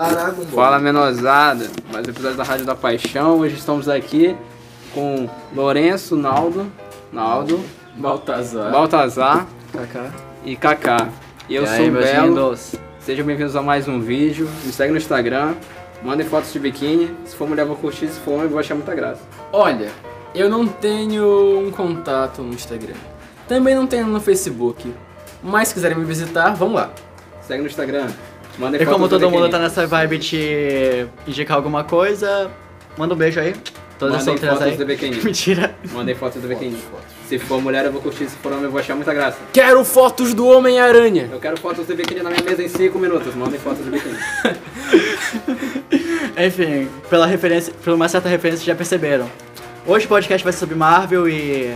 Caraca, Fala menosada, mais um episódio da Rádio da Paixão. Hoje estamos aqui com Lourenço, Naldo, Naldo, Baltazar. Baltazar Kaká. e Kaká. E eu E sou aí, o meus Belo. lindos? Sejam bem-vindos a mais um vídeo. Me segue no Instagram, mandem fotos de biquíni. Se for mulher, vou curtir, se for homem, vou achar muita graça. Olha, eu não tenho um contato no Instagram. Também não tenho no Facebook. Mas se quiserem me visitar, vamos lá. Segue no Instagram, mandem E fotos como de todo mundo biquíni. tá nessa vibe de indicar alguma coisa, manda um beijo aí. Todas as Mandem solteiras fotos aí. do biquíni. Mentira. Mandem fotos do biquíni. Se for mulher, eu vou curtir, se for homem, eu vou achar muita graça. Quero fotos do Homem-Aranha. Eu quero fotos de biquíni na minha mesa em 5 minutos. Mandem fotos de biquíni. Enfim, pela referência, por uma certa referência já perceberam. Hoje o podcast vai ser sobre Marvel e.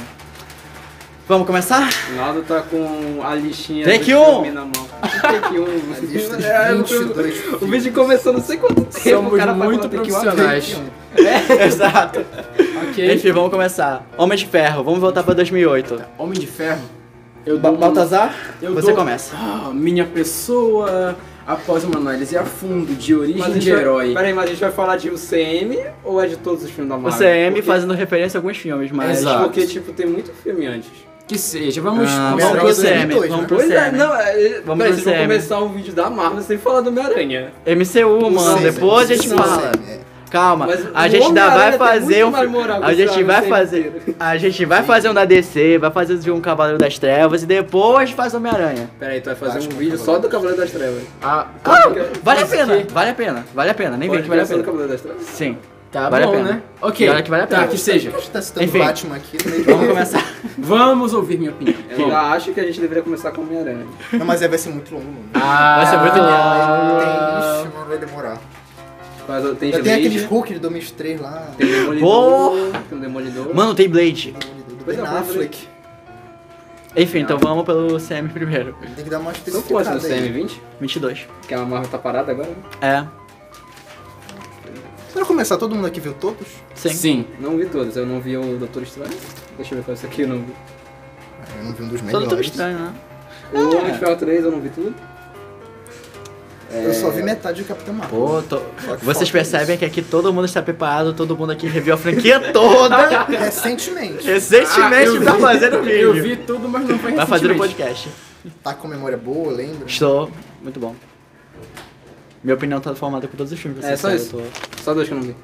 Vamos começar? Naldo tá com a listinha Take do one! filme na mão. Take um. É, eu não pergunto. O vídeo começou não sei quanto tempo. o Somos cara vai muito falar um. take one. profissionais. Exato. ok. Enfim, vamos começar. Homem de Ferro, vamos voltar pra 2008. Homem de Ferro. Eu Ba dou uma- Baltazar, Eu você dou- começa. Ah, minha pessoa. Após uma análise a fundo de origem Mas a gente de é- vai- herói. Peraí, mas a gente vai falar de UCM ou é de todos os filmes da O Marvel? CM Porque- fazendo referência a alguns filmes, mas. Exato. Porque, tipo, tem muito filme antes. Que seja, vamos Ah, mostrar vamos pro os CM, vamos pro Pois é, CM. não, é, Vamos peraí, pro vocês vão CM. começar um vídeo da Marvel sem falar do Homem-Aranha. MCU, mano, Sim, depois a gente sim, fala. sim, é. Calma, Mas a o gente ainda Homem-Aranha vai tem fazer muito um. mais moral que A o gente Homem vai sempre fazer. teve. A gente vai fazer um da DC, vai fazer de um Cavaleiro das Trevas e depois faz Homem-Aranha. Peraí, tu vai fazer Tá, Acho um que vídeo eu só do Cavaleiro das Trevas. Ah, Claro, Porque- vale a Mas pena, que- vale a pena, vale a pena, nem vem que vale a Só do pena. Cavaleiro das Trevas. Sim, tá Vale a bom, pena. né? Ok. E olha que vale a tá, pena. que seja. A gente tá citando Enfim. Batman aqui no meio do- vamos começar. Vamos ouvir minha opinião. Eu ainda acho que a gente deveria começar com Homem-Aranha. Não, mas é, vai ser muito longo, mano. Ah, Vai ser muito Aí não tem. Ixi, mano, vai demorar. Mas tem Já tem aqueles Jumanji, Hulk de 2003 lá. tem um Demolidor, Porra! tem um Demolidor. Mano, tem Blade. Do Pois Ben é, Affleck. Enfim, então vamos pelo CM primeiro. Tem que dar uma Se não fosse no especificada aí. CM20, 22. que a Marvel tá parada agora, né? É, Pra começar, todo mundo aqui viu todos? sim. não vi todos. Eu não vi o Doutor Estranho. Deixa eu ver qual é esse aqui, eu não vi. Eu não vi um dos Só do tubo melhores. estranho, né? O Homem de Ferro 3 eu não vi tudo. É, Eu só vi metade do Capitão Marvel. Pô, tô... Só que Vocês falta percebem que aqui todo mundo está preparado, todo mundo aqui reviu a franquia Ah, toda. Recentemente. Recentemente eu pra vi- fazer o vídeo. Eu vi tudo, mas não foi Vai fazer o recentemente. podcast. Tá com memória boa, lembra? Estou muito bom. Minha opinião tá formada por todos os filmes. pra É, ser só sincero, isso. eu tô- Só dois que eu não vi.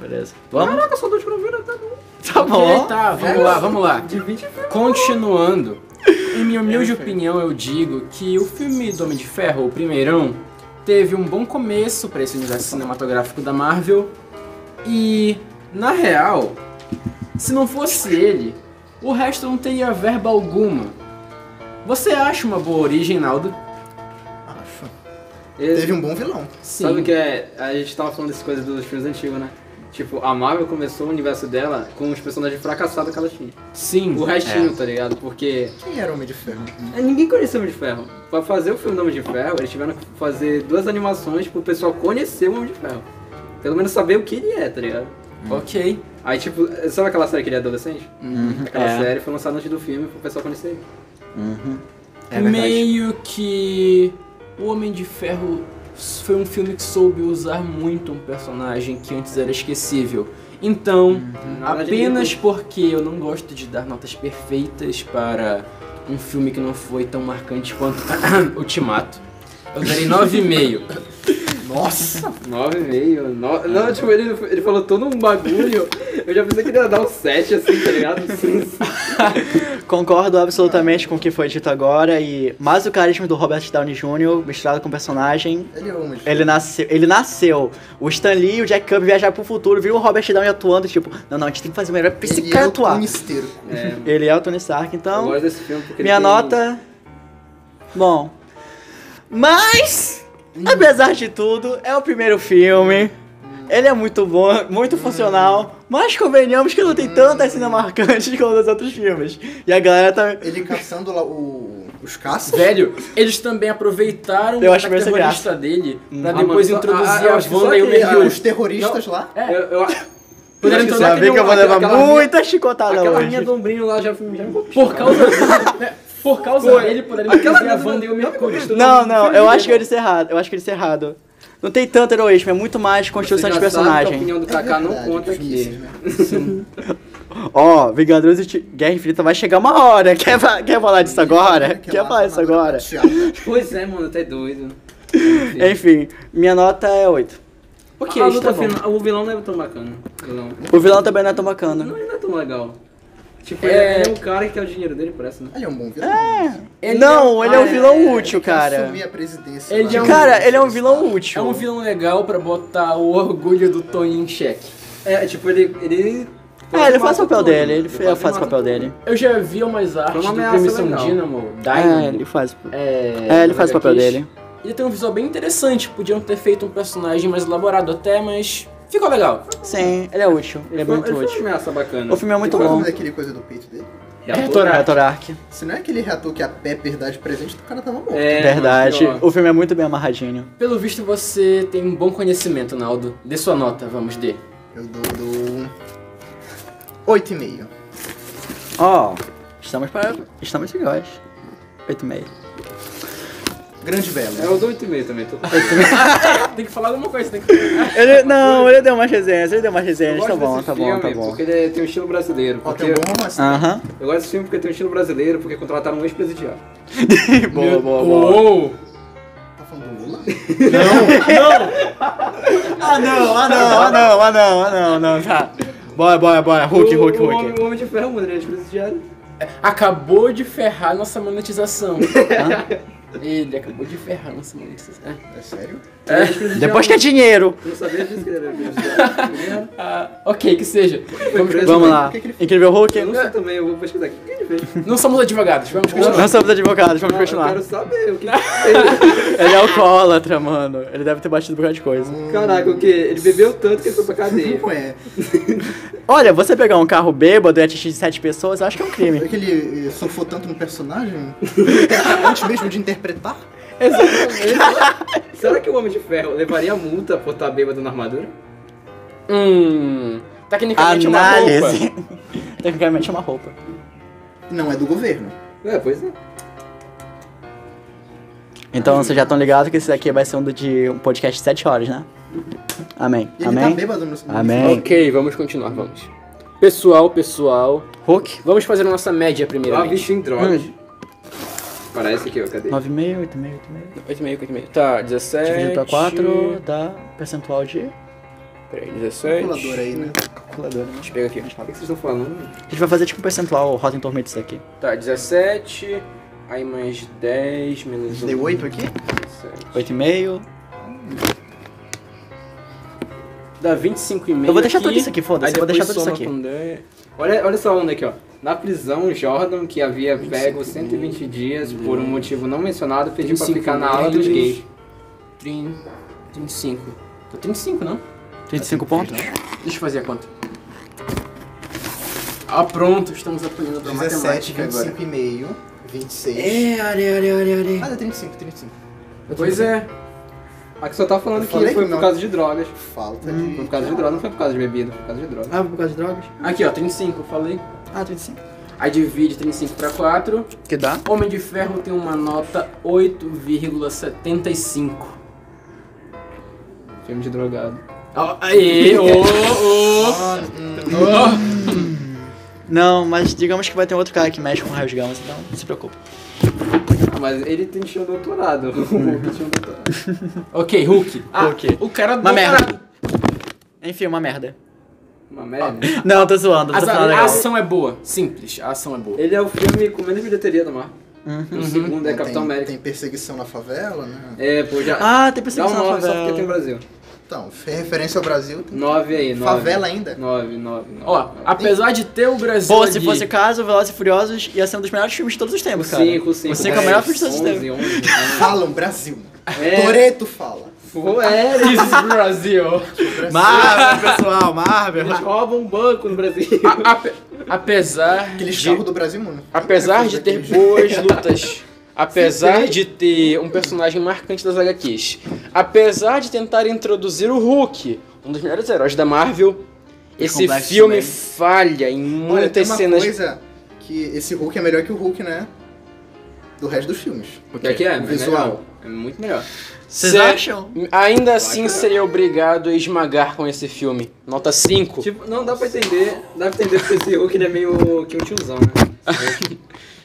Beleza. Vamos? Caraca, só dois que eu não vi, não Ah, tá bom. Tá bom. Ok, tá, vamos lá, vamos lá. De 20 filmes. Continuando. Em minha humilde opinião, eu digo que o filme do Homem de Ferro, o primeirão, teve um bom começo pra esse universo cinematográfico da Marvel. E, na real, se não fosse ele, o resto não teria verba alguma. Você acha uma boa origem, Naldo? Acho. Ele- Teve um bom vilão. Sim. Sabe o que é? A gente tava falando dessas coisas dos filmes antigos, né? Tipo, a Marvel começou o universo dela com os personagens fracassados que ela tinha. Sim. O restinho, tá ligado? Porque Quem era o Homem de Ferro? É, Ninguém conhecia o Homem de Ferro. Pra fazer o filme do Homem de Ferro, eles tiveram que fazer duas animações pro pessoal conhecer o Homem de Ferro. Pelo menos saber o que ele é, tá ligado? Ok. Aí, tipo, sabe aquela série que ele é adolescente? Aquela É. série foi lançada antes do filme pro pessoal conhecer ele. É verdade. Meio que o Homem de Ferro foi um filme que soube usar muito um personagem que antes era esquecível. Então, Na verdade, apenas porque eu não gosto de dar notas perfeitas para um filme que não foi tão marcante quanto Ultimato. Eu darei 9,5. Nossa! Nove e meio. No... Não, tipo, ele, ele falou todo um bagulho. Eu já pensei que ele ia dar um 7, assim, tá ligado? Sim, sim. Concordo absolutamente com o que foi dito agora e mais o carisma do Robert Downey Jr. misturado com o personagem. Ele é o Homem de Ferro. Ele nasceu, ele nasceu. O Stan Lee e o Jack Kirby viajaram pro futuro, viu o Robert Downey atuando, tipo, não, não, a gente tem que fazer o melhor pra esse Ele cara é o atuar. Tony Stark. É, Ele é o Tony Stark, eu então, gosto desse filme porque ele minha tem- um- nota, bom. Mas, Hum. apesar de tudo, é o primeiro filme, ele é muito bom, muito funcional, mas convenhamos que não tem tantas cenas marcantes como nos outros filmes. E a galera tá... Ele caçando lá o... os caças. Velho, eles também aproveitaram Eu o acho ataque meio sem graça. terrorista dele pra Ah, depois mano, ah, introduzir eu a acho que só Wanda e o aquele- Mercúrio. os terroristas lá. É, eu, eu... Poderia Eu acho que entrar Sabe aquele- que eu vou levar aquela- muita chicotada Aquela hoje. minha dombrinho lá já, já me conquistou, Por causa dele, por causa dele, poderia Aquela introduzir a mina- Wanda e o Mercúrio. é Não, não, eu acho que eu disse errado. Eu acho que eu disse errado. Não tem tanto heroísmo, é muito mais construção de Você já sabe que A personagem. opinião É do Kaká não conta aqui. né? Ó, Vingadores e Ti- Guerra Infinita vai chegar uma hora. Quer, fa- quer falar disso agora? Quer falar disso agora? Pois é, mano, até doido. Enfim, minha nota é 8. Ok, a isso tá luta bom. final, o vilão não é tão bacana. o Vilão. O vilão também não é tão bacana. Não, ele não é tão legal. Tipo, É. é... ele é um cara que quer o dinheiro dele, parece, né? Ele é um bom vilão. É, não, ele é um ah, vilão é, útil, cara. Assumir a presidência. né? Ele lá. é um- Cara, ele é um vilão É útil. um vilão legal pra botar o orgulho do Tony em xeque. É, tipo, ele. ele É, ele faz o Todo papel mundo. dele, ele quase faz o mata papel todo dele. mundo. Eu já vi umas artes Foi do uma ameaça Premissão legal. Dynamo, É, Dynamo. ele faz. É, É, ele faz o papel HQs. dele. Ele tem um visual bem interessante, podiam ter feito um personagem mais elaborado até, mas ficou legal. Sim, ele é útil. Ele Ele é foi, muito ele foi uma útil. ameaça bacana. O filme é muito Qual é o bom. É nome daquele coisa do peito dele? Reator. Torá. Torark. Se não é aquele reator que a Pepper dá de presente, o cara tava morto. É, Verdade. mano, pior. O filme é muito bem amarradinho. Pelo visto você tem um bom conhecimento, Naldo. Dê sua nota, vamos dê. Eu dou, um dou... 8,5. Ó, estamos para. Estamos iguais. 8,5. Grande belo. É o do 8,5 também. Tô... Tem que falar alguma coisa, tem que Ele, não, ele deu mais resenhas, ele deu mais Eu resenhas. gosto Tá bom, desse tá bom, tá filme bom. Porque ele é- tem um estilo brasileiro. Ó, Porque tem um bom romance. Aham. Eu gosto desse filme porque tem um estilo brasileiro, porque contrataram um ex-presidiário. Boa, boa, boa. Uou! Tá falando do Lula? Ah não, ah não, ah não, ah não, ah não, não, tá. Bora, bora, bora. Hulk, O- Hulk, o Homem, Hulk. o Homem de Ferro, mano, ele é ex-presidiário. Acabou de ferrar nossa monetização. Ele acabou de ferrar nossa monetização. É. Ah. É sério? Ele é ex-presidiário. Depois que é dinheiro. Eu não sabia disso que ele era ex-presidiário. Ah, ok, que seja. Vamos- preso. Vamos lá. Por que que ele- Incrível Hulk. Eu não sei também, eu vou pesquisar aqui. O que ele fez? Não somos advogados, vamos continuar. Não somos advogados, vamos Eu continuar. quero saber o que que Ele é alcoólatra, mano. Ele deve ter batido por causa de coisa. ele Caraca, o quê? Ele bebeu tanto que ele foi pra cadeia. Ué, Olha, você pegar um carro bêbado e atingir sete pessoas, eu acho que é um é crime. que ele eh, surfou tanto no personagem? Antes mesmo de interpretar? Exatamente. Será que o Homem de Ferro levaria multa por estar bêbado na armadura? Hum. Tecnicamente é uma roupa. Análise. Tecnicamente é uma roupa. Não, é do governo. É, pois é. Então vocês já estão ligados que esse daqui vai ser um do- de um podcast de 7 horas, né? Amém. E ele tá Amém. bêbado no no- Amém. Ok, vamos continuar, vamos. Pessoal, pessoal, Hulk, vamos fazer a nossa média Lá primeiramente. visto em drogas. Parece aqui, ó, cadê? 9,5, 8,5, 8,5. 8,5, 8,5. Tá, 17. Dividido É, pra 4 dá percentual de Peraí, Calculadora 17. aí, né? calculadora. né? Deixa eu pegar aqui. O que vocês estão falando? A gente vai fazer tipo um percentual Rotten Tomatoes aqui. Tá, 17. Aí mais 10, menos 1. Deu 8 aqui? 17. 8,5. Dá 25 e meio. Eu vou deixar aqui, tudo isso aqui, foda-se, aí eu vou depois deixar tudo isso soma aqui. com 10. Olha, olha essa onda aqui, ó. Na prisão, Jordan, que havia 25 pego 120 dias por um motivo não mencionado, pediu pra 25 ficar na ala dos meses. gays. 30, 35. Tá 35, não? 35 pontos. Deixa eu fazer a conta. Ah, pronto, estamos aprendendo pra 17, matemática agora. 25,5, 26. É, are, are, are, are. Ah, dá 35, 35. Pois é. Aqui só tá falando Eu que falei foi que por não. causa de drogas. Falta Foi de... Hum, por causa de drogas, não foi por causa de bebida, foi por causa de drogas. Ah, por causa de drogas? Aqui, ó, 35, eu falei. Ah, 35. Aí divide 35 pra 4. Que dá? Homem de Ferro tem uma nota 8,75. Filme de drogado. Ó, Aê, ô, ô. Ah, hum, Ó. Não, mas digamos que vai ter um outro cara que mexe com raios gamas, então não se preocupe. Mas ele tem tinha um doutorado. O Hulk tinha um doutorado. Ok, Hulk. Ah, Hulk. O cara Uma do merda. caralho. Enfim, uma merda. Uma merda. Não, tô zoando, tô As- falando A, legal. ação é boa. Simples, a ação é boa. Ele é o filme com menos bilheteria do mar. Uhum. O segundo é tem- Capitão América. Tem perseguição na favela, né? É, pô, já. Ah, tem dá um perseguição na 9 só porque tem favela. Brasil. Então, fe- referência ao Brasil, tem 9 aí, 9. favela ainda. 9, 9, 9. Ó, apesar de ter o Brasil Pô, se ali- fosse o caso, Velozes e Furiosos ia ser um dos melhores filmes de todos os o tempos, cara. 5, o 5. O 5 é o melhor filme de todos os tempos. 11, 11. Falam Brasil. É. Toreto fala. Pô, é, eles This is Brasil. Marvel, pessoal, Marvel. eles roubam um banco no Brasil. A- ape- apesar Aquele de, carro do Brasil, mano. apesar de ter boas lutas, apesar tem. de ter um personagem marcante das HQs, apesar de tentar introduzir o Hulk, um dos melhores heróis da Marvel, esse complexos filme também. falha em Olha, tem muitas uma cenas. coisa que esse Hulk é melhor que o Hulk, né? Do resto dos filmes. Porque aqui é, O é visual. melhor. É muito melhor. Vocês Cê- acham? Ainda assim seria obrigado a esmagar com esse filme. Nota 5. Tipo, não, dá pra entender. Dá pra entender porque esse Hulk ele é meio que um tiozão, né?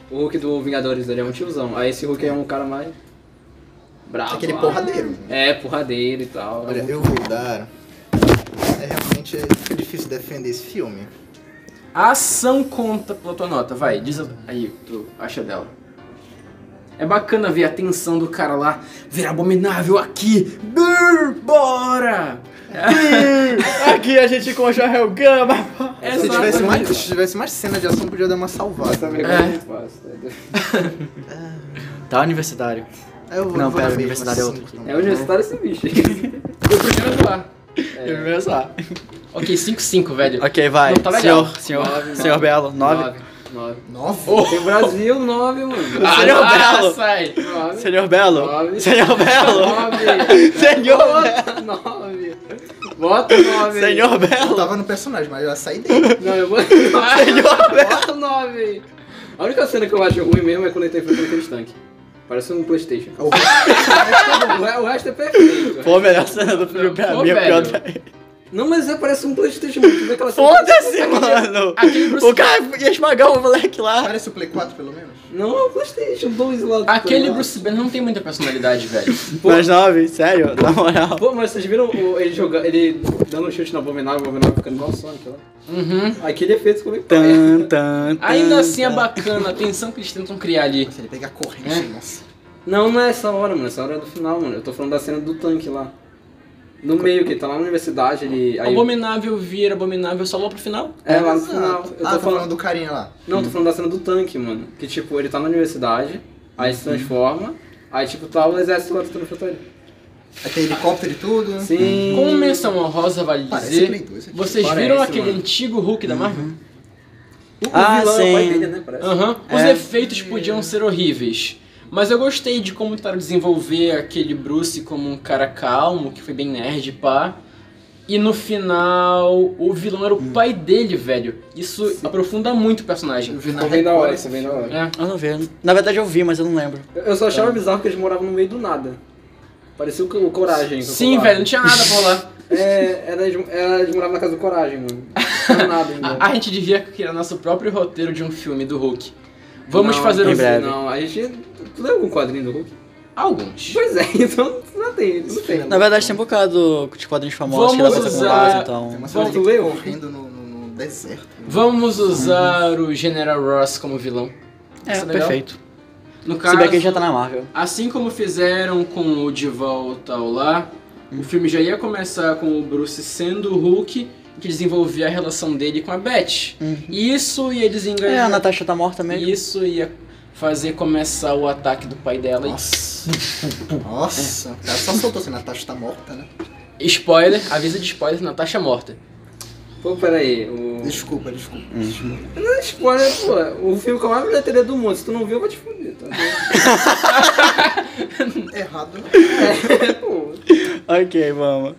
o Hulk do Vingadores ele é um tiozão. Aí esse Hulk é um cara mais. Bravo. Aquele lá. porradeiro. É, porradeiro e tal. Olha, eu vou dar. É realmente fica difícil defender esse filme. A ação conta pela tua nota, vai, diz a- aí o que tu acha dela. É bacana ver a tensão do cara lá, ver abominável aqui, brrr, bora! Aqui a gente encontrou a Helgama. É se, só- tivesse mais, se tivesse mais cena de ação, podia dar uma salvada. Essa vergonha É. é. muito fácil. Tá universitário. Aí eu vou, assim, Não, vou pera, dar mesmo, universidade é cinco outra. também. É universitário esse bicho. Eu primeiro do ar. Eu ia pensar. É. Ok, 5-5, velho. Ok, vai. Não, tá legal. senhor, senhor, Nove, senhor nove. Belo, nove. Nove. Nove? Tem Brasil, nove, mano. Ah, Senhor Belo. sai. Nove. Senhor Belo. Nove. Senhor Belo. Nove. Senhor Belo. Bota nove. Bota nove. aí. Senhor Eu Belo. tava no personagem, mas eu já saí dele. Não, eu vou. Bota nove. aí. A única cena que eu acho ruim mesmo é quando ele tem frente aquele tanque. Parece um Playstation. O O re- o resto é perfeito. Pô, a melhor cena do filme pra Pô, mim é pior velho. da- Não, mas é, parece um Playstation. Tu vê aquela cena- Foda-se, mano. Aquele Bruce, O cara ia esmagar o moleque lá. Parece o Play 4, pelo menos. Não, é um Playstation 2 lá. tá do aquele lado. Bruce Banner não tem muita personalidade, velho. Pô. Mais nove, sério, na moral. Pô, mas vocês viram o- ele jogando, ele dando um chute na Abominável, o Abominável ficando igual o Sonic lá. Uhum. Aquele efeito ficou meio paia. Tan, tan, Ainda tan, assim é tan. bacana a tensão que eles tentam criar ali. Se ele pegar corrente, É. nossa. Não, não é essa hora, mano. Essa hora é do final, mano. Eu tô falando da cena do tanque lá. No meio, que ele tá lá na universidade, ele... Aí... Abominável vira, abominável só lá pro final. É, lá no Exato. final. Eu tô ah, tá falando... falando do carinha lá. Não, tô falando da cena do tanque, mano. Que, tipo, ele tá na universidade, aí se transforma, aí, tipo, tá o exército lá tentando enfrentar ele. Aí tem helicóptero e tudo. Sim. Com menção honrosa vale Parece Play dizer, 2 aqui. vocês Parece, viram aquele mano. antigo Hulk da Marvel? O Ah, vilão é o pai sim. dele, né, parece. Aham. Os É. efeitos podiam ser horríveis. Mas eu gostei de como tentaram desenvolver aquele Bruce como um cara calmo, que foi bem nerd, pá. E no final, o vilão era o pai dele, velho. Isso aprofunda muito o personagem. Eu vi na Uhum. Ficou bem da hora, Record ficou bem da hora. É. Eu não vi. Na verdade eu vi, mas eu não lembro. Eu- Eu só achava bizarro que eles moravam no meio do nada. Parecia o, Co- o Coragem. que eu Sim, falava. velho, não tinha nada pra lá. É, era, eles- era, eles moravam na casa do Coragem, mano. Não tinha nada ainda. A, a gente devia criar nosso próprio roteiro de um filme do Hulk. Vamos Não, fazer em um não sei, breve. Não, a gente. Tu lembra algum quadrinho do Hulk? Alguns. Pois é, então não tem, não tem. Na verdade tem um bocado de quadrinhos famosos que dá pra Vamos usar- comparar, então... Tem uma Vamos cena dele ler, correndo no, no- no deserto. Vamos usar o General Ross como vilão. Isso legal? perfeito. No caso, Se bem que ele já tá na Marvel. assim como fizeram com o De Volta ao Lar, Uhum. o filme já ia começar com o Bruce sendo o Hulk, que desenvolvia a relação dele com a Beth. E isso ia Uhum. É, a desengajar. Natasha tá morta mesmo. isso ia fazer começar o ataque do pai dela. Nossa. Nossa. O cara só soltou assim, Natasha tá morta, né? Spoiler, avisa de spoiler, Natasha é morta. Pô, peraí. O... Desculpa, desculpa. Uhum. Não é spoiler, pô. O filme com a maior bilheteria do mundo. Se tu não viu, eu vou te fuder, tá vendo? Errado. né? É, pô. Ok, vamos.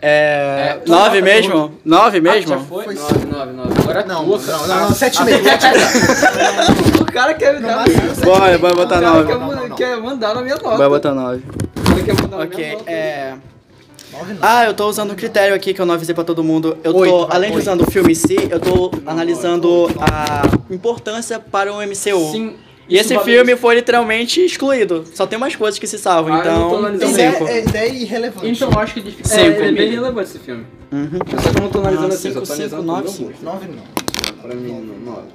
É. É, Nove nota mesmo? Nove mesmo? Ah, já foi? Foi Nove, nove, nove. Agora Não, tua, Ah, não, não, não, sete e meio. Pode tirar. O cara quer me No dar. máximo, sete e Bora, meio. bora botar O nove. cara Não, quer, não, não, mu- não. quer mandar na minha nota. Vai botar nove. O cara quer mandar na minha Ok, nota. é. Nove não. Ah, eu tô usando o critério aqui que eu não avisei pra todo mundo. Eu tô, Oito, vai, além de oito. usando o filme em si, eu tô analisando a importância para o MCU. Sim. E isso esse valeu- filme foi literalmente excluído. Só tem umas coisas que se salvam, Ah, eu não tô então. analisando. Ideia, cinco. é ideia irrelevante. Então eu acho que ele fica. É, ele é comigo. bem relevante esse filme. Uhum. Eu só que eu não tô analisando Ah, assim, cinco, eu tô cinco, analisando nove, tudo. cinco. Nove não. Pra mim, não, nove.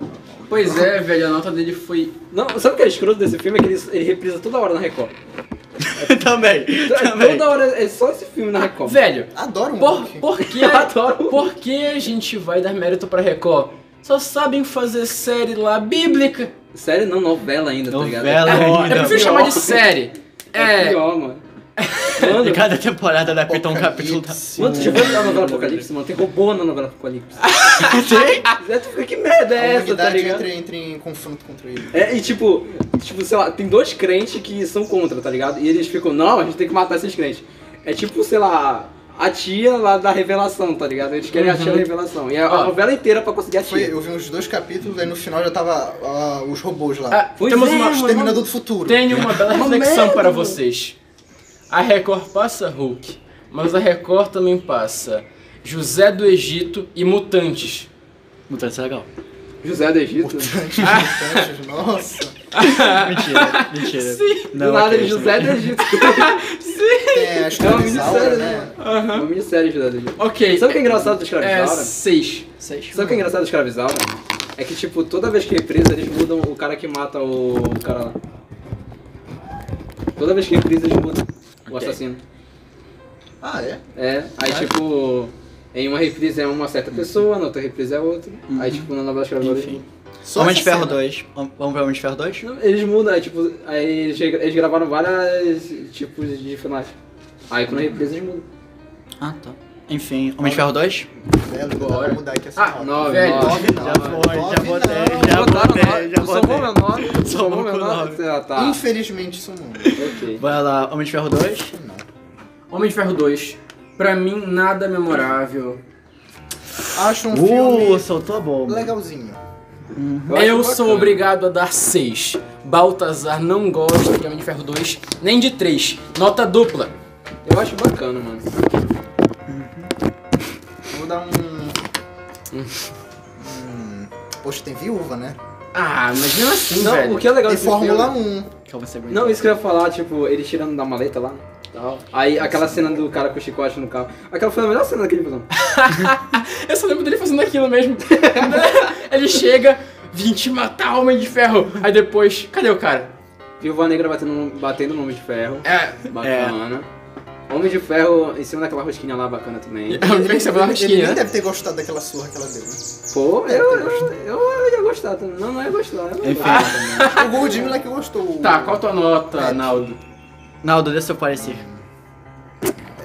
Pois é, velho, a nota dele foi. Não, sabe o que é escroto desse filme? É que ele, ele reprisa toda hora na Record. também. Também. Toda hora Então, é só esse filme na Record. Velho, Adoro um por, Hulk. por que. Eu adoro. Por que a gente vai dar mérito pra Record? Só sabem fazer série lá bíblica. Sério, não, novela ainda, tá ligado? Novela ainda. eu prefiro chamar de série. É É. pior, mano. Mano, E cada temporada adapta um capítulo da. mano, tu já viu a novela Apocalipse, mano? Tem robô na novela Apocalipse. Tem? tu fica, que merda A é essa, tá humanidade ligado? entra, entra em confronto contra ele. É, e tipo, tipo, sei lá, tem dois crentes que são contra, tá ligado? E eles ficam, não, a gente tem que matar esses crentes. É tipo, sei lá, a tia lá da revelação, tá ligado? Eles querem a tia da revelação. E é a Ó. novela inteira pra conseguir a Foi, tia. eu vi uns dois capítulos, aí no final já tava ah, os robôs lá. Ah, Pois temos é, uma. Exterminador do futuro. Tenho uma bela reflexão para vocês. A Record passa Hulk, mas a Record também passa José do Egito e Mutantes. Mutante é legal. José do Egito. Mutantes, mutantes, nossa. Mentira, mentira. Sim. Não, do nada, aquele José do Egito. É, a É uma escravizaura, minissérie, né? Uma minissérie, Uhum. José do Egito. Ok. Sabe o que é engraçado do É, escravizaura? seis. Seis. Sabe o que é engraçado do escravizaura? É que, tipo, toda vez que é preso, eles mudam o cara que mata o, o cara lá. Toda vez que é preso, eles mudam o assassino. Ah, é? É, aí, tipo, em uma reprise é uma certa pessoa, na outra reprise é outra. Aí, tipo, na novela escravizaura... eles- Enfim. Só Homem de essa Ferro cena. 2. Vamos ver Homem de Ferro 2? Não, Eles mudam, aí, tipo, aí eles, eles gravaram vários tipos de finais. Aí quando é reprise eles mudam. Ah, tá. Enfim, Homem de Ferro 2? Velho, não dá pra mudar aqui essa Ah, nota. nove, Velho, nove, já nove. foi, já botei, já Botaram nove, somou meu nome, Somou somou com meu nome. nove. Ah, tá, Infelizmente isso não. ok. Vai lá, Homem de Ferro 2. Não. Homem de Ferro 2. Pra mim, nada é memorável. Acho um Uh, filme soltou a bomba. legalzinho. Eu, acho sou bacana. obrigado a dar 6. Baltazar não gosta de Homem de Ferro 2, nem de 3. Nota dupla. Eu acho bacana, mano. Vou dar um. Hum. Poxa, tem viúva, né? Ah, mas mesmo assim, Não, velho. o que é legal Tem desse Fórmula filme- 1. Calma, você aguenta. Não, isso que eu ia falar, tipo, ele tirando da maleta lá. né? tal. Aí aquela cena do cara com o chicote no carro. Aquela foi a melhor cena daquele filme. Eu só lembro dele fazendo aquilo mesmo. Ele chega, vim te matar, Homem de Ferro. Aí depois, cadê o cara? Viúva Negra batendo, no- batendo no Homem de Ferro. É, Bacana. Homem de Ferro em cima daquela rosquinha lá, bacana também. Homem de Ferro recebeu uma Ele- Ele nem rasquinha, né? deve ter gostado daquela surra que ela deu. né? Pô, eu, eu, eu ia gostar também. Não, não ia gostar. é Eu não Enfim. gosto. O Goldinho lá que gostou. Tá, qual tua nota, Naldo? Naldo, dê seu parecer.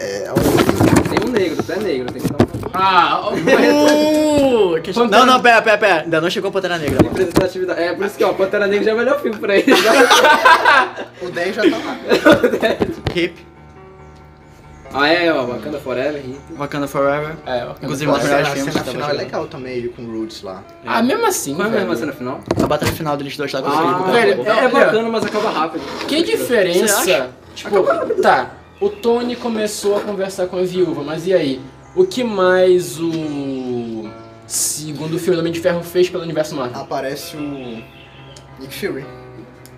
É, o- Tem um negro, tu é negro, tem que dar uma Ah, Uh, que- Pantera- Não, não, pera, pera, pera. Ainda não chegou Pantera Negra. mano. representatividade. É, por isso que, ó, Pantera Negra já é o melhor filme pra ele. o 10 já tá lá. Hip, ah, é, ó, bacana Forever. hein? Wakanda Forever. É, ok. Inclusive, Pô, na a cena, verdade, a filmes cena tá final é bastante- legal também, ele com o Roots lá. Ah, mesmo assim, Qual é a velho. mesma cena final? A batalha final deles dois lá com os tá Ah, perigos. velho, Não, é, é olha. bacana, mas acaba rápido. Que Você diferença? acha? Tipo, tá, o Tony começou a conversar com a viúva, mas e aí? O que mais o segundo filme do Homem de Ferro fez pelo universo Marvel? Aparece o. Nick Fury.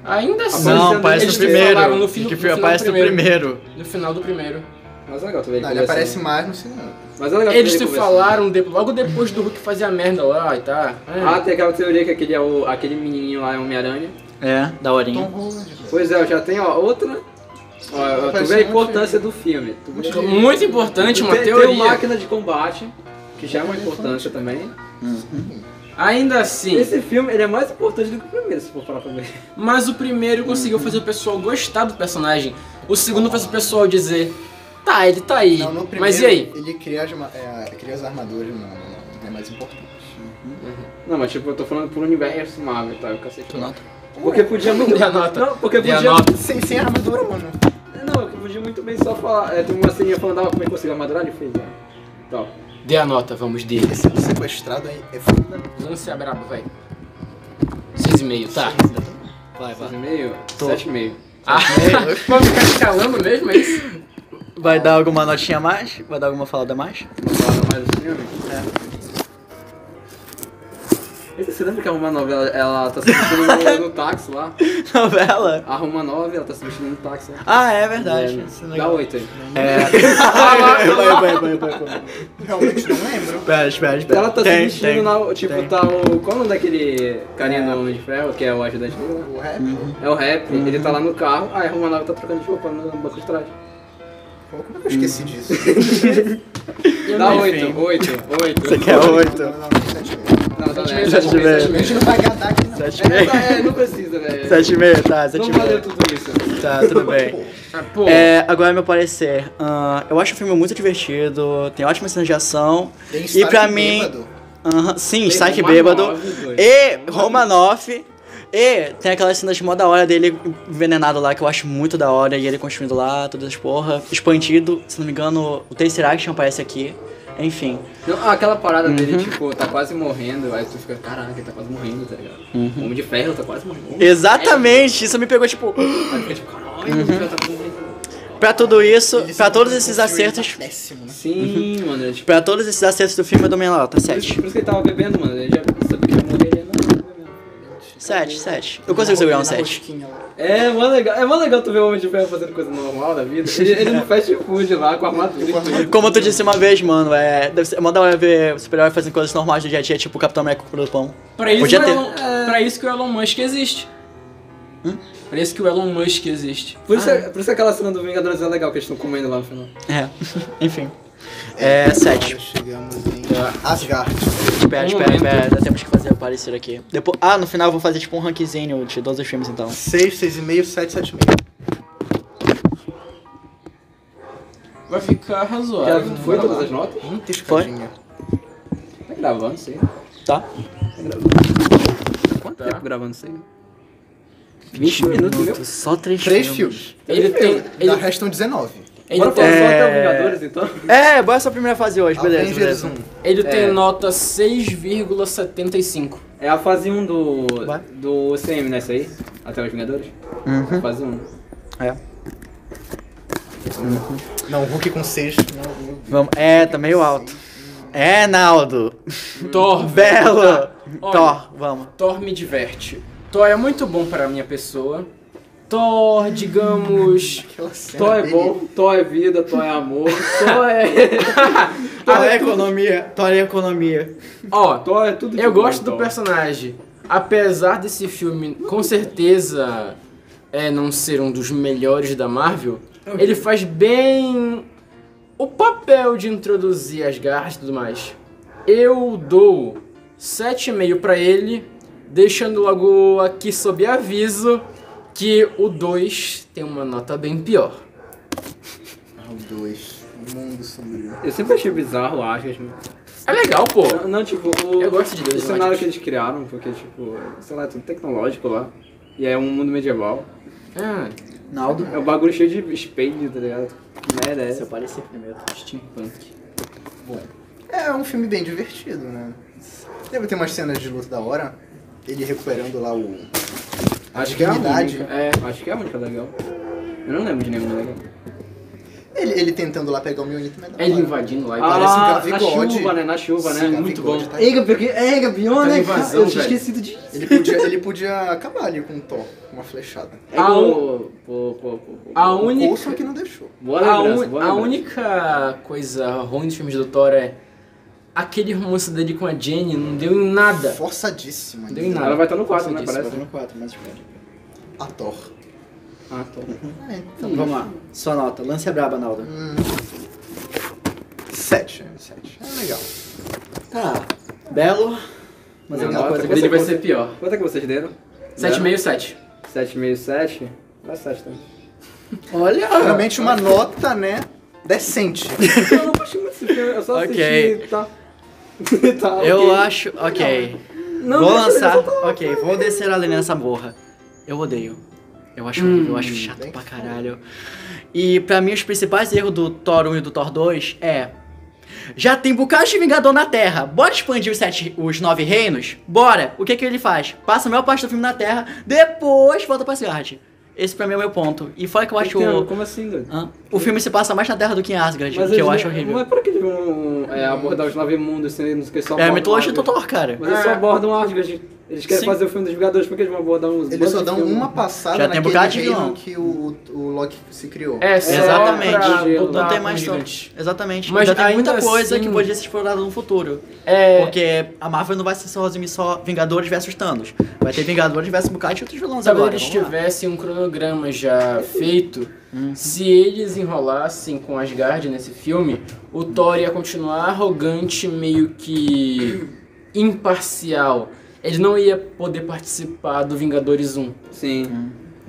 Ainda assim, Não, aparece eles no primeiro. falaram No, fim, que no, foi- final aparece do no primeiro. No final do primeiro. Mas é legal, tu vê ele Não, ele conversando. aparece mais no cinema. Mas é legal tu vê Eles ele se conversando. falaram de- logo depois do Hulk fazer a merda lá e tá. É. Ah, tem aquela teoria que aquele, é o, aquele menininho lá é o Homem-Aranha. É, Tom daorinha. Holland. velho. Pois é, eu já tenho ó, outra. Ó, ó, tu Parece vê a um importância do filme. Tu vê- Muito importante, uma tem, Tem o teoria. máquina de combate, que já é uma importância também. Ainda assim, Esse filme ele é mais importante do que o primeiro, se for falar pra mim. mas o primeiro conseguiu fazer o pessoal gostar do personagem. O segundo fez o pessoal dizer, tá, ele tá aí, Não, no primeiro, mas e aí? Ele cria as, ma- é, cria as armaduras, não, não, não é mais importante. Não, mas tipo, eu tô falando pro universo Marvel, tá? Eu cacete. Tu nota? Porque podia muito. Dê a nota. Não, porque Dê a podia. nota. Sem, sem armadura, mano. Não, eu podia muito bem só falar. É, tem uma ceninha falando, ah, como é que conseguiu a madrugada? Ele fez, ó. Então, Tal. Tá. Dê a nota, vamos dele. Esse sequestrado é, é foda. Lance a brabo, vai. 6,5, tá. Vai, vai. 6,5? Tô. 7,5. Ah, vamos ficar escalando mesmo, é isso? Vai dar alguma notinha a mais? Vai dar alguma falada a mais? Não fala mais do filme? É. Você lembra que a Roma 9 ela, ela tá se vestindo no, no táxi lá? Novela? A Roma 9 ela tá se vestindo no táxi lá. Ah, é verdade. Isso não é- Dá 8 aí. Vai, vai, vai, vai, vai. Realmente não lembro. Espera, espera, espera. Ela tá se Tem, vestindo tem. na. Tipo, tem. tá o. Qual o nome daquele carinha do Homem de Ferro, que é o ajudante dele lá? O rap, Uhum. É o rap, ele tá lá no carro, aí a Roma 9 tá trocando de roupa no banco de trás. pô, como é que eu Uhum. esqueci disso? Dá Enfim. 8, 8, 8. Você quer oito? Não, não, não, sete e meio. Não, tá Sete nessa, meses, vamos ver, A sete gente não vai agradar aqui, não. Sete e meses. É, meio. tá, é, não precisa, velho. Sete e meio, tá, sete Não e meio. valeu tudo isso. Tá, tudo bem. Ah, pô, É, agora meu parecer. Ah, eu acho o filme muito divertido, tem ótimas cenas de ação. Tem E pra Stark mim. bêbado. Aham, sim, Stark Romanov, bêbado. dois. E Romanoff. E tem aquelas cenas mó da hora dele envenenado lá, que eu acho muito da hora, e ele construindo lá, todas as porra. Expandido, se não me engano, o Tesseraction aparece aqui. Enfim. Não, ah, aquela parada dele, tipo, tá quase morrendo, aí tu fica, caraca, ele tá quase morrendo, tá ligado? Homem de ferro tá quase morrendo. Exatamente, isso me pegou tipo. Aí fica tipo, caralho, o homem de ferro tá quase morrendo. Pra tudo isso, Ele pra sempre todos esses construiu, ele tá acertos, Péssimo, né? Sim, mano. é tipo- pra todos esses acertos do filme eu dou minha nota, Por isso, 7. por isso que ele tava bebendo, mano. Ele já sabia que ia morrer, né, ele não tava bebendo. 7, 7. Eu consigo segurar um 7. É, mó legal, é mó legal tu ver o Homem de Ferro fazendo coisa normal da vida. Ele, ele no fast food lá, com a armadura. e tudo. Como tu disse uma vez, mano, é. Deve ser, é mó da hora ver super-herói fazendo coisas normais do dia a dia, tipo o Capitão América com o pão. Pra isso, Podia o ter. Elon, pra isso que o Elon Musk existe. Pra isso que o Elon Musk existe. Por isso, por isso aquela cena do Vingadores é legal que eles estão comendo lá no final. É, enfim. É, Tá. 7. Chegamos em Asgard. Espera, Um espera, momento. espera. Ainda temos que fazer aparecer aqui. Depois, ah, no final eu vou fazer tipo um rankzinho de todos os filmes então. 6, 6,5, 7, 7,5. Vai ficar Já razoável. Vai foi lá. todas as notas? Muita Foi? escadinha. Tá gravando, sei. Tá? Quanto Tá. tempo gravando isso aí? 20 minutos, viu? Só três, 3 filmes. Ele tem. Da Ele, restam 19. ele Bora falar tem, só É. até o Vingadores, então. É, bora essa primeira fase hoje, beleza. Avengers beleza. 1. ele tem É. nota 6,75. É a fase 1 do, Vai. do CM, né? Isso aí? Até os Vingadores? Uhum. Fase 1. É. Não, Hulk com 6. Vamos. É, tá meio alto. É, Naldo. Hum. Thor, Belo. Tá. Olha, Thor, vamos. Thor me diverte. Thor é muito bom pra minha pessoa. Thor, digamos. Aquela cena. Tó é dele. bom, Tó é vida, Tó é amor, Tó é. Thor é economia. Thor é economia. Ó, Tó é tudo de Eu bom, gosto do Thor. personagem. Apesar desse filme, com certeza, é não ser um dos melhores da Marvel, ele faz bem o papel de introduzir as garras e tudo mais. Eu dou 7,5 pra ele, deixando logo aqui sob aviso que o 2 tem uma nota bem pior. Ah, o 2. O mundo sombrio. Eu sempre achei bizarro o Asgard, mano. É legal, pô. Não, não, tipo, o, Eu gosto de o Deus, cenário Asgard. que eles criaram, porque, tipo, sei lá, é tudo tecnológico lá. E é um mundo medieval. Ah, Naldo. É um bagulho cheio de espelho, tá ligado? Que merda é essa? aparecer primeiro. Steampunk. É um filme bem divertido, né? Deve ter umas cenas de luta da hora. Ele recuperando lá o. Acho que é a Dignidade. única. É, acho que é a única legal. Eu não lembro de nenhuma legal. Ele, ele tentando lá pegar o Mjolnir também. é da hora. ele invadindo lá Ah, e tal. parece um na Gavigode. chuva, né? Na chuva, né? Sim, Muito bom. É Gavigode tá aí. Ega, porque... Ega, pior, Tá né? invasão, Eu tinha velho. esquecido disso. Ele podia, ele podia acabar ali com o Thor, com uma flechada. Ega, A pô, pô, pô, pô, pô. A O única. Coulson que não deixou. Boa A, lembrança, un- boa a lembrança. única coisa ruim dos filmes do Thor é aquele romance dele com a Jenny não deu em nada. Forçadíssima. Deu em nada. Ela vai estar no 4, né? Nossa, Parece. disso, né? 4, mas A Thor. Ah, tô. É, então. Então vamos lá. Sua nota. Lance a braba, Naldo. Hum. Sete. Sete. É legal. Tá. Belo. Mas é Minha alguma nota coisa dele vai ser né? pior. Quanto é que vocês deram? 7,5, 7. 7,5, 7? Dá 7 também. Olha. Realmente uma nota, né? Decente. Eu não gostei muito desse filme, eu só Ok. assisti, tá? tá Eu ok. acho. Ok. Não, vou deixa ele, lançar. só tá- ok, vou descer a lenha nessa morra. Eu odeio. Eu acho horrível, eu Hum, acho chato pra caralho. E pra mim, os principais erros do Thor 1 e do Thor 2 é. Já tem bocado de Vingador na Terra. Bora expandir os, sete, os nove reinos? Bora! O que que ele faz? Passa a maior parte do filme na Terra, depois volta pra Asgard. Esse pra mim é o meu ponto. E fora que eu acho. Entendo, Como assim, doido? Hã? O filme se passa mais na Terra do que em Asgard, Mas o que eu eles acho não- horrível. Não é pra que eles vão é, abordar os nove mundos, assim, não sei o que, só É a abordam mitologia do Asgard. Thor, cara. Mas eles só É. abordam Asgard. Eles querem Sim. fazer o filme dos Vingadores, por que eles vão abordar uns Eles só outros dão filmes? uma passada Já tem um naquele bocado de vilão. reino que o, o Loki se criou. É, só Exatamente. pra botar Não tem um mais gigante. tanto. Exatamente. Mas Mas já tem ainda muita coisa assim- que podia ser explorada no futuro. Um É, Porque a Marvel não vai ser só resumir só Vingadores versus Thanos. Vai ter Vingadores versus Bukati e outros vilões talvez agora. eles vamos lá. tivessem um cronograma já feito. Se eles enrolassem com Asgard nesse filme, o Thor ia continuar arrogante, meio que imparcial. Ele não ia poder participar do Vingadores 1. Sim.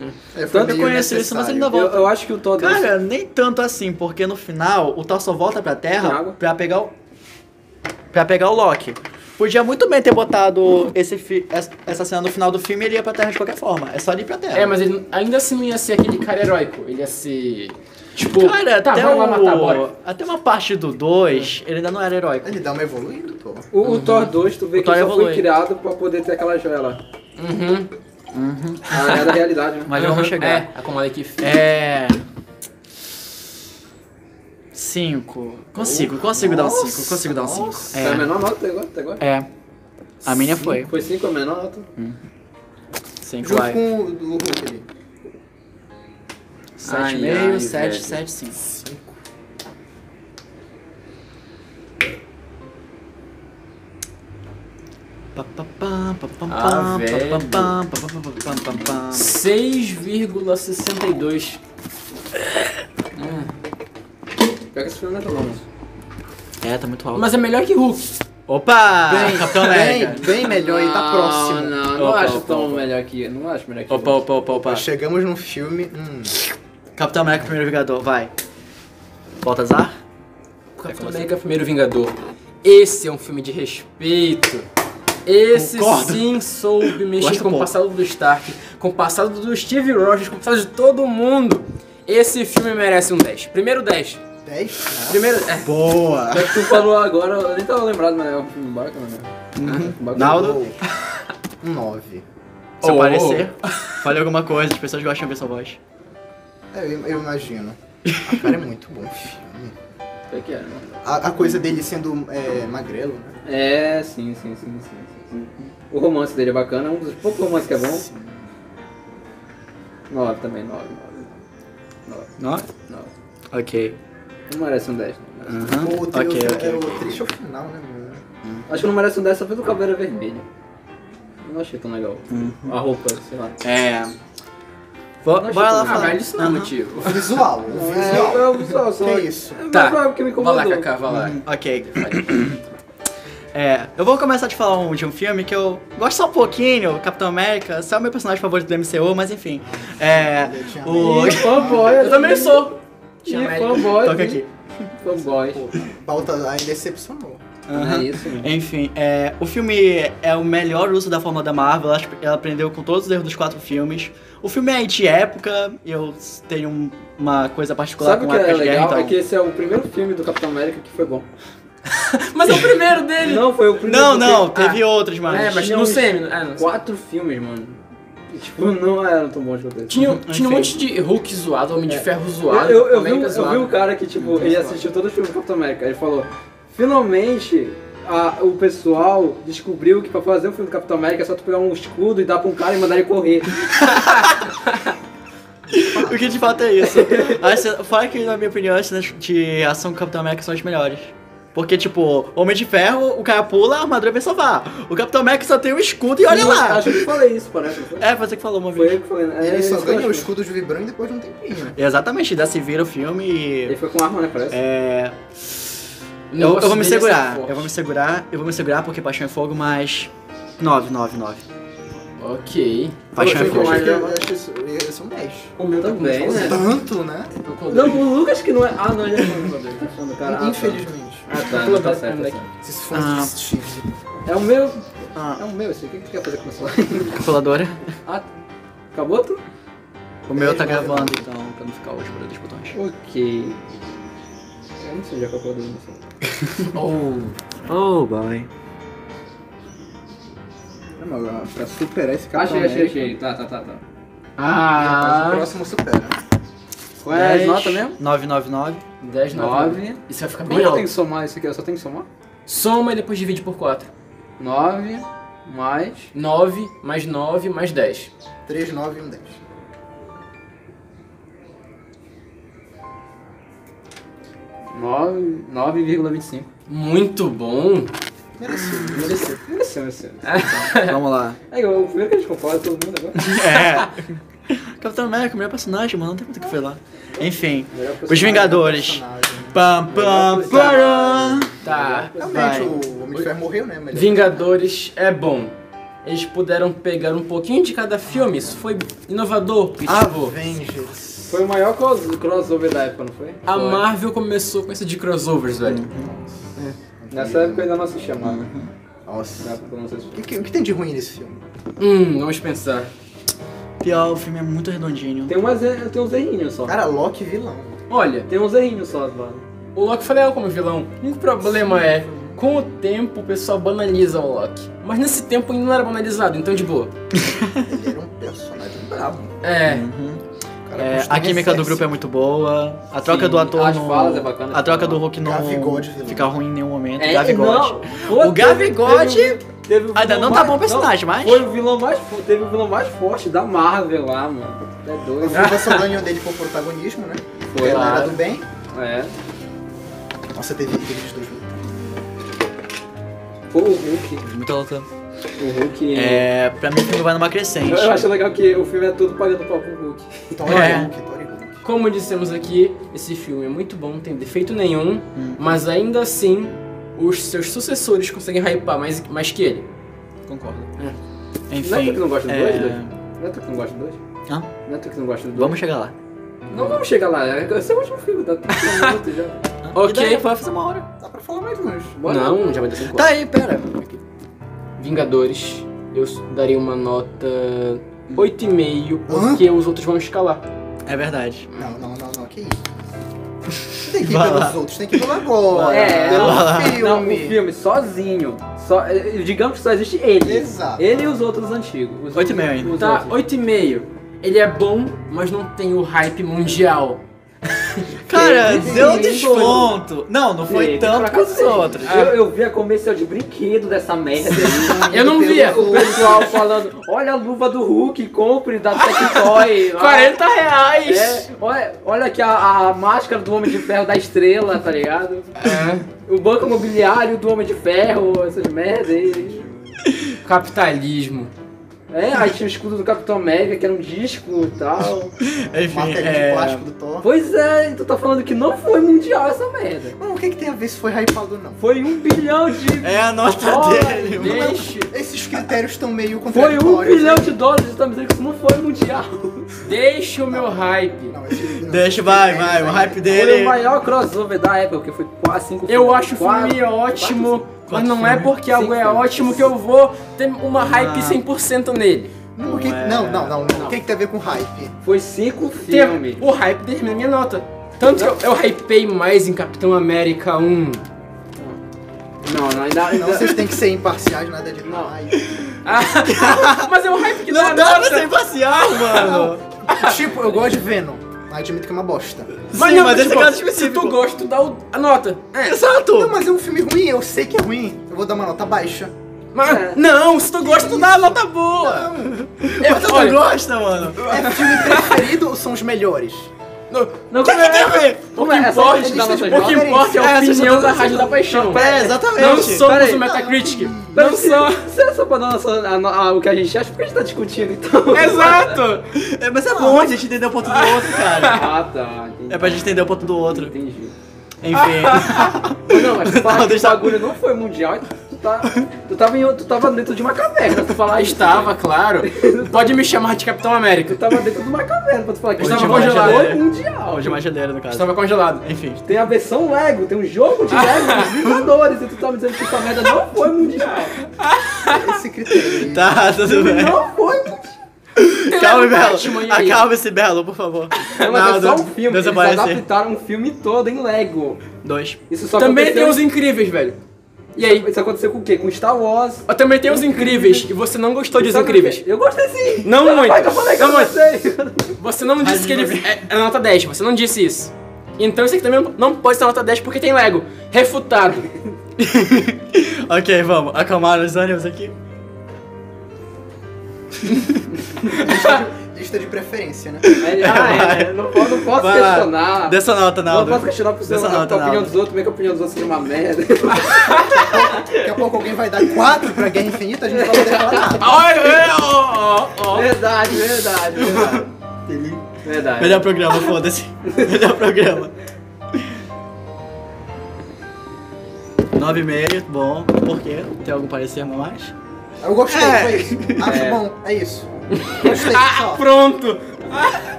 Hum. É, eu meio conheço isso, mas ele ainda necessário. Eu, eu acho que o Thor... Cara, nem tanto assim, porque no final o Thor só volta pra Tem Terra água? pra pegar o. pra pegar o Loki. Podia muito bem ter botado esse fi- essa- essa cena no final do filme e ele ia pra Terra de qualquer forma. É só ele ir pra Terra. É, mas ele ainda assim não ia ser aquele cara heróico. Ele ia ser. Tipo, Cara, tá, até, vai lá matar, o- bora. até uma parte do 2, ele ainda não era heróico. Ele dá uma evoluída, pô. O, o Thor 2, tu vê O que Thor ele só foi evolui. criado pra poder ter aquela joia lá. Uhum. Ah, é da realidade, né? Mas vamos Uhum, chegar. É, a Komala que É. Cinco. Consigo, consigo dar um cinco. Consigo dar um cinco. Nossa, a É. menor nota até agora? Até agora? É. A minha foi. Foi 5 a menor nota? Cinco, Junto vai. com o do Hulk ali. Sete e Ai, meio, ai, sete, velho. sete, cinco. Pá, pá, pá, pá, pá, Ah, pá, pá, velho. pá, pá, pá, pá, pá, pá, pá, pá. 6,62. Pior que esse filme é tão longo. É, tá muito alto. Mas é melhor que Hulk. Opa! Bem, Capitão América. bem, bem é melhor e tá próximo. Não, não, não Opa, acho opa, tão opa. melhor que. Não acho melhor que. Opa, opa, opa, opa. Chegamos num filme. Hum, Capitão América, primeiro Vingador, vai. Baltazar? Capitão América Primeiro Vingador. Esse é um filme de respeito. Esse Concordo. sim soube mexer Gosto com o pouco. passado do Stark, com o passado do Steve Rogers, com o passado de todo mundo. Esse filme merece um 10. Primeiro 10. 10? Primeiro. É. Boa! Pior que tu falou agora, eu nem tava lembrado, mas é um filme bacana, né? Uhum. Bacana. Naldo? Um 9. Se Oh, eu oh. parecer, fale alguma coisa, as pessoas gostam de ouvir sua voz. É, eu, eu imagino. Ah, cara, é muito bom o filme. Pior que é, né? A, a coisa dele sendo é, magrelo, né? É, sim, sim, sim, sim, sim, sim. O romance dele é bacana, é um dos poucos romances que é bom. 9 também, 9, 9. 9, Não? 9. Ok. Não merece um 10, não. merece. O, Aham. tri- Ok, o, ok. é o triste é o final, né? mano? Acho que não merece um 10 só pelo cabelo vermelho. Eu não achei tão legal. A roupa, sei lá. É. Bo- Não Bora achei lá tão- Ah, falar. velho, isso não é Aham. motivo. O visual, o visual. É, é o visual, só. Que isso? É Tá. tá. o que me Vai lá, incomodou. Kaká, Ah, vai lá. Hum, Ok. É, eu vou começar a te falar um, de um filme que eu gosto só um pouquinho, Capitão América, só é o meu personagem favorito do MCU, mas enfim. É. Eu tinha O. Ih, fanboy. né? Eu também sou. Tipo. Ih, Chama ele. fanboy. Toca aqui. Fanboy. Baltazar decepcionou. Não é isso, mano. Enfim, é, o filme é o melhor uso da fórmula da Marvel, ela, ela aprendeu com todos os erros dos quatro filmes. O filme é de época, eu tenho um- uma coisa particular Sabe o com que época é de guerra, legal? então. É que esse é o primeiro filme do Capitão América que foi bom. Mas é o primeiro dele. Não, foi o primeiro. Não, não, porque- Ah. teve outros, mas... é, mas tinha no uns semi. É, não. Ah, quatro filmes, mano. E, tipo, não eram tão bons quanto esse. Tinha, tinha um Uhum, Enfim. monte de Hulk zoado, Homem de É. Ferro Eu, zoado, eu- eu Capitão vi, um- América eu vi zoado. um cara que, tipo, Hum, ele zoado. assistiu todos os filmes do Capitão América. Ele falou: finalmente a- o pessoal descobriu que pra fazer um filme do Capitão América é só tu pegar um escudo e dar pra um cara e mandar ele correr. O que de fato é isso. As cena- Fora que, na minha opinião, as cenas de ação do Capitão América são as melhores. Porque, tipo, Homem de Ferro, o cara pula, a armadura vem salvar. O Capitão América só tem o escudo e olha Eu lá! Acho que eu falei isso, parece. não Foi, É, você que falou uma Foi vez. eu que falei. né? É, Ele só isso que eu ganha o acho. escudo de vibrante depois de um tempinho, né? Exatamente, dá se vira o filme Ele e. foi com arma, né? Parece. É. O Eu, eu negócio vou dele me é ser segurar, forte. eu vou me segurar, eu vou me segurar porque Paixão é Fogo, mas. 9, 9, 9. Ok. Ah, Paixão é Eu Fogo. acho que, eu um acho que isso, isso são 10. O meu também, né? Tanto, né? Tô com Não, o Lucas que não é. Ah, não, ele é fã do Tá fã do cara. Ah, tá. Infelizmente. Ah, então tá, não tá certo. tá certo. Se isso for Ah. um Steve. É o meu. Ah, É o meu, esse. O que que tu quer fazer com isso? calculadora. Ah, acabou tu? O meu tá Dez, nove, gravando, então, pra não ficar hoje por dos botões. Ok. Eu não sei onde é que eu acabou não sei. Oh. Oh, boy. Não, mas agora, pra superar esse cara. Achei, achei, achei. Tá, tá, tá, tá. O Ah. próximo supera. Qual é a nota mesmo? 999. 10, 9. Nove. Isso vai ficar Quanto bem eu tenho é alto. que somar isso aqui? Eu só tenho que somar? Soma e depois divide por 4. 9 mais. 9 mais 9 mais 10. 3, 9 e 1, 10. nove- 9,25. Muito bom. Merecido. Mereceu. Mereceu, mereceu. Vamos lá. É, o primeiro que a gente concorda, todo mundo agora. É. Capitão América, o melhor personagem, mano. Não tem muito o que falar. Enfim. Melhor personagem, Os Vingadores. Personagem. Pam, pam, param. Tá. Vai. Realmente, o Homem de Ferro morreu, né? Mas ele- Vingadores é bom. Eles puderam pegar um pouquinho de cada filme. Isso foi inovador. E, Ah, tipo, Avengers. Foi o maior cross- crossover da época, não foi? a Foi. Marvel começou com isso de crossovers, velho. Nessa época eu ainda não assistia Marvel. Na Nossa. época eu não O assistia. que, o que tem de ruim nesse filme? Hum, vamos pensar. Pior, o filme é muito redondinho. Tem, um umas, tem uns errinhos só. Cara, Loki vilão. Olha, Tem uns errinhos só, lá. O Loki foi legal como vilão. O único problema é, com o tempo o pessoal banaliza o Loki. Mas nesse tempo ainda não era banalizado, então de boa. Uhum. Ele era um personagem bravo. É. Cara, É, custa a química do excesso. grupo é muito boa. A troca Sim, do ator. as no- falas é bacana, A troca tipo, do Hulk não Gavigode, né? fica ruim em nenhum momento. É, Gavigode. não, pô, O Gavigode teve- um- teve o ainda vilão não tá mais- bom personagem, mas- Foi o vilão mais. fo- Teve o vilão mais forte da Marvel lá, mano. É O doido. Ah, Viva só ganhou dele por protagonismo, né? Foi ela lá. era do bem. É. Nossa, teve vídeos dos dois. Foi o Hulk. Muito louco. O Hulk. É, pra mim o filme vai numa crescente. Eu, eu acho legal que o filme é todo pagando pau pro Hulk. Thor e É. Hulk, Thor e Hulk. Como dissemos aqui, esse filme é muito bom, não tem defeito nenhum, mas ainda assim os seus sucessores conseguem hypar mais, mais que ele. Concordo. Não é tu Enfim. que não gosta do é, 2, Não é tu que não gosta do 2? Hã? Não é tu que não gosta do 2? Vamos chegar lá. Não vamos chegar lá. é- Esse é o último filme, tá tudo pronto já. Ok. E daí vai fazer uma hora. Dá pra falar mais longe. Bora. Não, já vai dar 5 Tá aí, pera. Vingadores, eu daria uma nota 8,5, porque os outros vão escalar. É verdade. Não, não, não, não, que isso. Você tem que ir Vai pelos lá. outros, tem que ir pelo agora. É, vai pelo lá. um filme. Não, o filme sozinho. Só, eh, digamos que só existe ele. Exato. Ele e os outros antigos. Os Oito e meio ainda. os Tá, outros. 8,5. Ele é bom, mas não tem o hype mundial. Cara, Teve deu um sim, desconto. Não, não foi Teve tanto pra quanto os cacete. outros. Eu, eu via comercial de brinquedo dessa merda aí. Eu não Pelo via. O outro. pessoal falando, olha a luva do Hulk, compre da Tectoy. ó. 40 reais! É, olha, olha aqui a, a máscara do Homem de Ferro da Estrela, tá ligado? É, O banco imobiliário do Homem de Ferro, essas merdas aí. Capitalismo. É, aí tinha o escudo do Capitão América, que era um disco e tal. Enfim, Martelinho de é... plástico do Thor. Pois é, tu tá falando que não foi mundial essa merda. Não, o que, que tem a ver se foi hypado ou não? Foi um bilhão de. é a nota dólares, dele. mano. Deixe. Esses critérios estão meio Foi contraditórios. um bilhão né? de dólares, tá me dizendo que isso não foi mundial. Deixa o meu hype. Não, esse- não. Deixa, vai, vai. O hype Foi dele. o maior crossover da época, que foi quase cinco Eu filmes, acho o quase- filme ótimo, mas quatro não é filmes. porque algo é Cinco filmes. ótimo que eu vou ter uma hype Ah. 100% nele. Não, o que- é. não, não, não, não. O que, que tem a ver com hype? Foi cinco Ter- filmes. o hype determina minha nota. Tanto que eu, eu hypei mais em Capitão América 1. Não, não, ainda. Não, vocês têm que ser imparciais, nada de Não. hype. Ah, mas é um hype que Não dá pra ser imparcial, mano. Tipo, eu gosto de Venom. Mas admito que é uma bosta. Sim, não, mas esse é tipo, caso se específico. tu gosta, tu dá o- a nota. Não, Exato. mas é um filme ruim, eu sei que é ruim. Eu vou dar uma nota baixa. Mas, É. Não, se tu gosta, tu dá a nota boa. Eu, Mas tu não olha, gosta, mano. É filme preferido são os melhores. no- Não, O que como é- que tem a ver? O que importa é lista de o que importa é a É, essa opinião só- tá da Rádio da Paixão. É, exatamente. Não somos Peraí. o Metacritic. Não Não só. somos. Será só pra nós tá a- a- a- o que a gente acha? Porque a gente tá discutindo, então. Exato! É, mas é bom a gente entender o ponto do outro, cara. Ah, tá. Entendi. É pra gente entender o ponto do outro. Entendi. Enfim. Não, mas tu Ah, fala Não, que o deixa- bagulho não foi mundial, então tu, tá, tu, tava em, tu tava dentro de uma caverna, tu falar Ah, isso. estava, claro. Pode me chamar de Capitão América. Tu tava dentro de uma caverna pra tu falar que Eu isso estava não foi congelado. mundial. Hoje é mais geleira, no caso. Estava congelado. Enfim. Tem a versão Lego, tem um jogo de Lego dos Vingadores, e tu tá me dizendo que essa merda não foi mundial. Esse critério. Tá, tudo bem. Não foi mundial. Calma, Batman, e Belo. aí? Acalma esse Belo, por favor. Não, mas é só um Deus- filme, eles Deus aparece. adaptaram um filme todo em Lego. Dois. Isso só Também tem aconteceu... os incríveis, velho. E aí? Isso aconteceu com o quê? Com Star Wars. Eu Também tem os incríveis. E você não gostou dos Sabe incríveis. o quê? Eu gostei sim. Não muito. Mas eu falei que eu Não muito. gostei. Você não disse Mas que ele. você- É, é nota 10, você não disse isso. Então isso aqui também não pode ser nota 10 porque tem Lego. Refutado. Ok, vamos. Acalmar os ânimos aqui. Lista de preferência, né? Ah, é, né? Não po- não posso Vai lá. questionar. Dessa nota, Não Naldo. posso questionar por Dessa a nota, opinião Naldo. dos outros, meio que a opinião dos outros seja uma merda. Daqui a pouco alguém vai dar 4 pra Guerra Infinita, a gente não vai poder falar nada. Olha, é, ó, ó, ó. Verdade, verdade, verdade. Verdade. Melhor programa, foda-se. Melhor programa. Nove e meio, bom. Por quê? Tem algum parecer a mais? Eu gostei, É. foi isso. Acho É. bom, é isso. Gostei, Ah, só. pronto!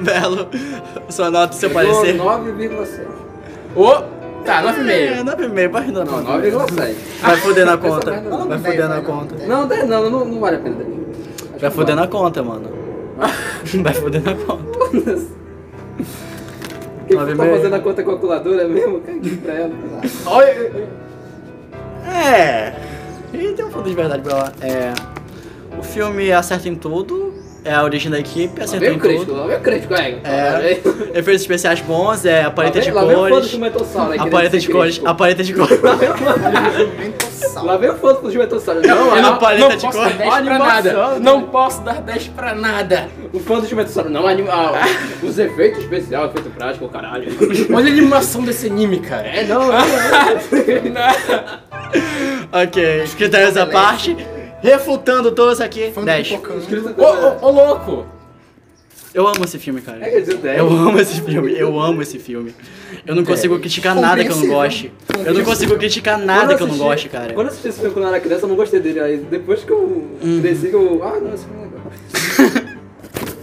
Belo, sua nota, seu Eu dou parecer. 9,7. Ô, tá, 9,5. É, nove e meio, pode dar Não, nota. 9,7. Vai foder na Essa conta. merda não Vai tem, foder vai, na não conta. né? tem. Não, dez- não, não, não vale a pena. dez. Acho Vai que foder vale. na conta, mano. Vai foder na conta. O que Nove tu e tá meio. fazendo a conta com a calculadora mesmo? Caguei pra ela. Olha, É. E tem um fundo de verdade pra lá. É. O filme acerta em tudo. é a origem da equipe, Lá acertou Ah, vem em o crítico, tudo. lá vem o crítico, é. É. Efeitos especiais bons, é a paleta de lá vem, Lá vem o fã cores. do Jumentossauro, aí A querendo paleta ser de cores. crítico. A paleta de cores. Lá vem o fã do Jumentossauro. Não, Eu é não uma- paleta de posso cor. dar 10 pra nada. Não posso dar 10 pra nada. é, o fã do Jumentossauro, não, animal. Os efeitos especiais, efeito prático, caralho. Olha a animação desse anime, cara. É, não, é. Ok, critérios à parte. Refutando todos aqui. Fã do 10. Pipocão. Ô, ô, ô, louco. Eu amo esse filme, É cara. que eles dizem Eu 10. amo esse filme, eu amo esse filme. Eu não consigo criticar nada que eu não goste. Eu não consigo criticar nada que eu não goste, cara. Quando eu assisti esse filme quando eu era criança, eu não gostei dele. Aí depois que eu Uhum. desci, eu. Ah, não, esse filme é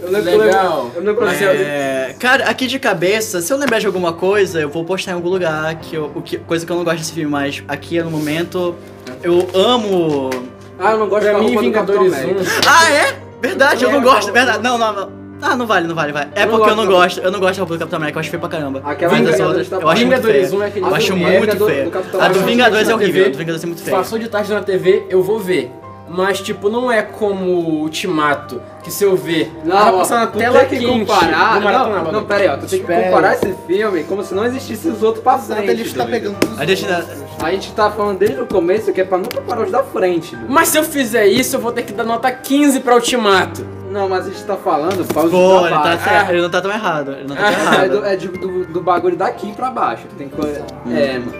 legal. Eu lembro quando eu- Legal. Eu lembro quando eu- É, cara, aqui de cabeça, se eu lembrar de alguma coisa, eu vou postar em algum lugar, que eu- o que, coisa que eu não gosto desse filme, mas aqui é no momento, eu amo... Ah, eu não gosto Pra da mim, roupa do Capitão Vingadores América. 1. Ah, é? Verdade, eu não gosto, verdade. Não, não, não. Ah, não vale, não vale, vai. É Eu não porque eu não gosto. gosto, eu não gosto da roupa do Capitão América, eu acho feio pra caramba. Aquela Mas das Vingadores outras, tá- eu acho muito Vingadores feia. um é aquele Eu acho do- é, muito do- feia. do Capitão A do América. Vingadores é Passou de horrível, a tarde do na Vingadores é muito feia. Passou de tarde na TV, eu vou ver. Mas, tipo, não é como o Ultimato, que se eu ver, Não, ela ó, passar na tu tela tem que quente, comparar. do Maratona Não, Balada. não, pera aí, ó. Tu tem que Espera. comparar esse filme como se não existisse os outros pra Exato, frente. ele tá está doido. pegando tudo. A gente dá- A gente tá falando desde o começo que é pra não comparar os da frente. doido. Mas se eu fizer isso, eu vou ter que dar nota 15 pra Ultimato. Não, mas a gente tá falando pra os Pô, da ele tá baixo. certo, ele não tá tão errado, ele não tá tão É, do, errado. é de- do, do bagulho daqui pra baixo. Tu tem que. É, mano.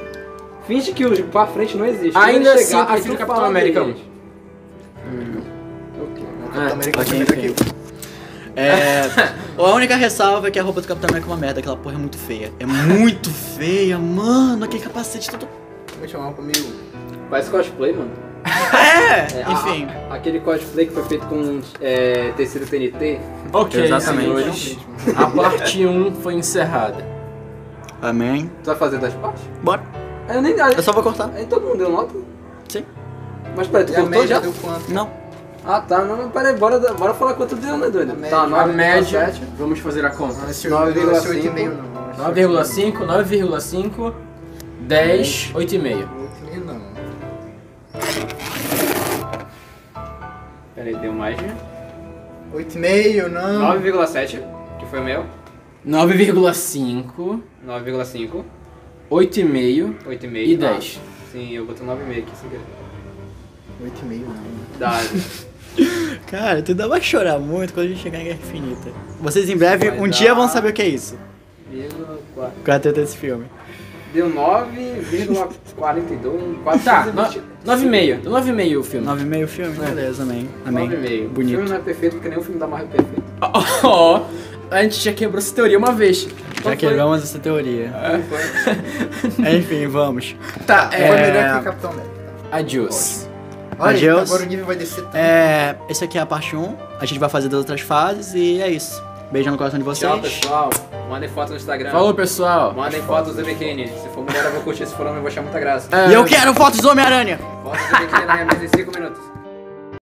Finge que os pra frente não existe. Quando Ainda ele assim, eu chegar, aí prefiro tu Capitão fala América deles. O Ah, Capitão América ok, okay, ok. aqui. É, a única ressalva é que a roupa do Capitão América é uma merda, aquela porra é muito feia. É muito feia, mano, aquele capacete todo... Vou chamar comigo. Parece cosplay, mano. É, É, a- enfim. a- aquele cosplay que foi feito com é, tecido TNT. Ok, Exatamente. senhores. A parte 1 foi encerrada. Amém. Tu vai fazer das partes? Bora. Eu nem. Eu só vou cortar. Aí todo mundo deu nota? Sim. Mas peraí, tu E É a cortou média já? deu quanto? Não. Ah tá, não, não, peraí, bora, bora falar quanto deu, né, doido? A Tá, média. A 9, média, vamos fazer a conta. Não, esse 9,5. 8,5 não. esse 9,5, 9,5, 10, 8,5. 8,5 não. Peraí, deu mais né? de 8,5 não. 9,7, que foi o meu. 9,5, 9,5, 8,5 8,5. e ah, 10. sim, eu botei 9,5 aqui sem querer. 8,5 não. Dá. Cara, tu ainda vai chorar muito quando a gente chegar em Guerra Infinita. Vocês em breve, Vai um dar. dia vão saber o que é isso. vírgula quatro. O quarteto desse filme. Deu 9,42, quase Tá, 20. 9,5. Deu 9,5 o filme. Nove e meio É. filme? Beleza, amém. Amém. 9,5. O filme Bonito. não é perfeito porque nem o filme da Marvel é perfeito. Ó, a gente já quebrou essa teoria uma vez. Já quebramos essa teoria. É, Enfim, vamos. Tá, Foi melhor é... que o Capitão América. Adios. Olha, Adeus. agora o nível vai descer tanto. É, esse aqui é a parte 1. A gente vai fazer das outras fases e é isso. Beijo no coração de vocês. Tchau, pessoal. Mandem foto no Instagram. Falou, pessoal. Mandem fotos do biquíni. Se É. for mulher, eu vou curtir. Se for homem, eu vou achar muita graça. E eu quero fotos do Homem-Aranha! Fotos do biquíni na minha mesa em 5 minutos.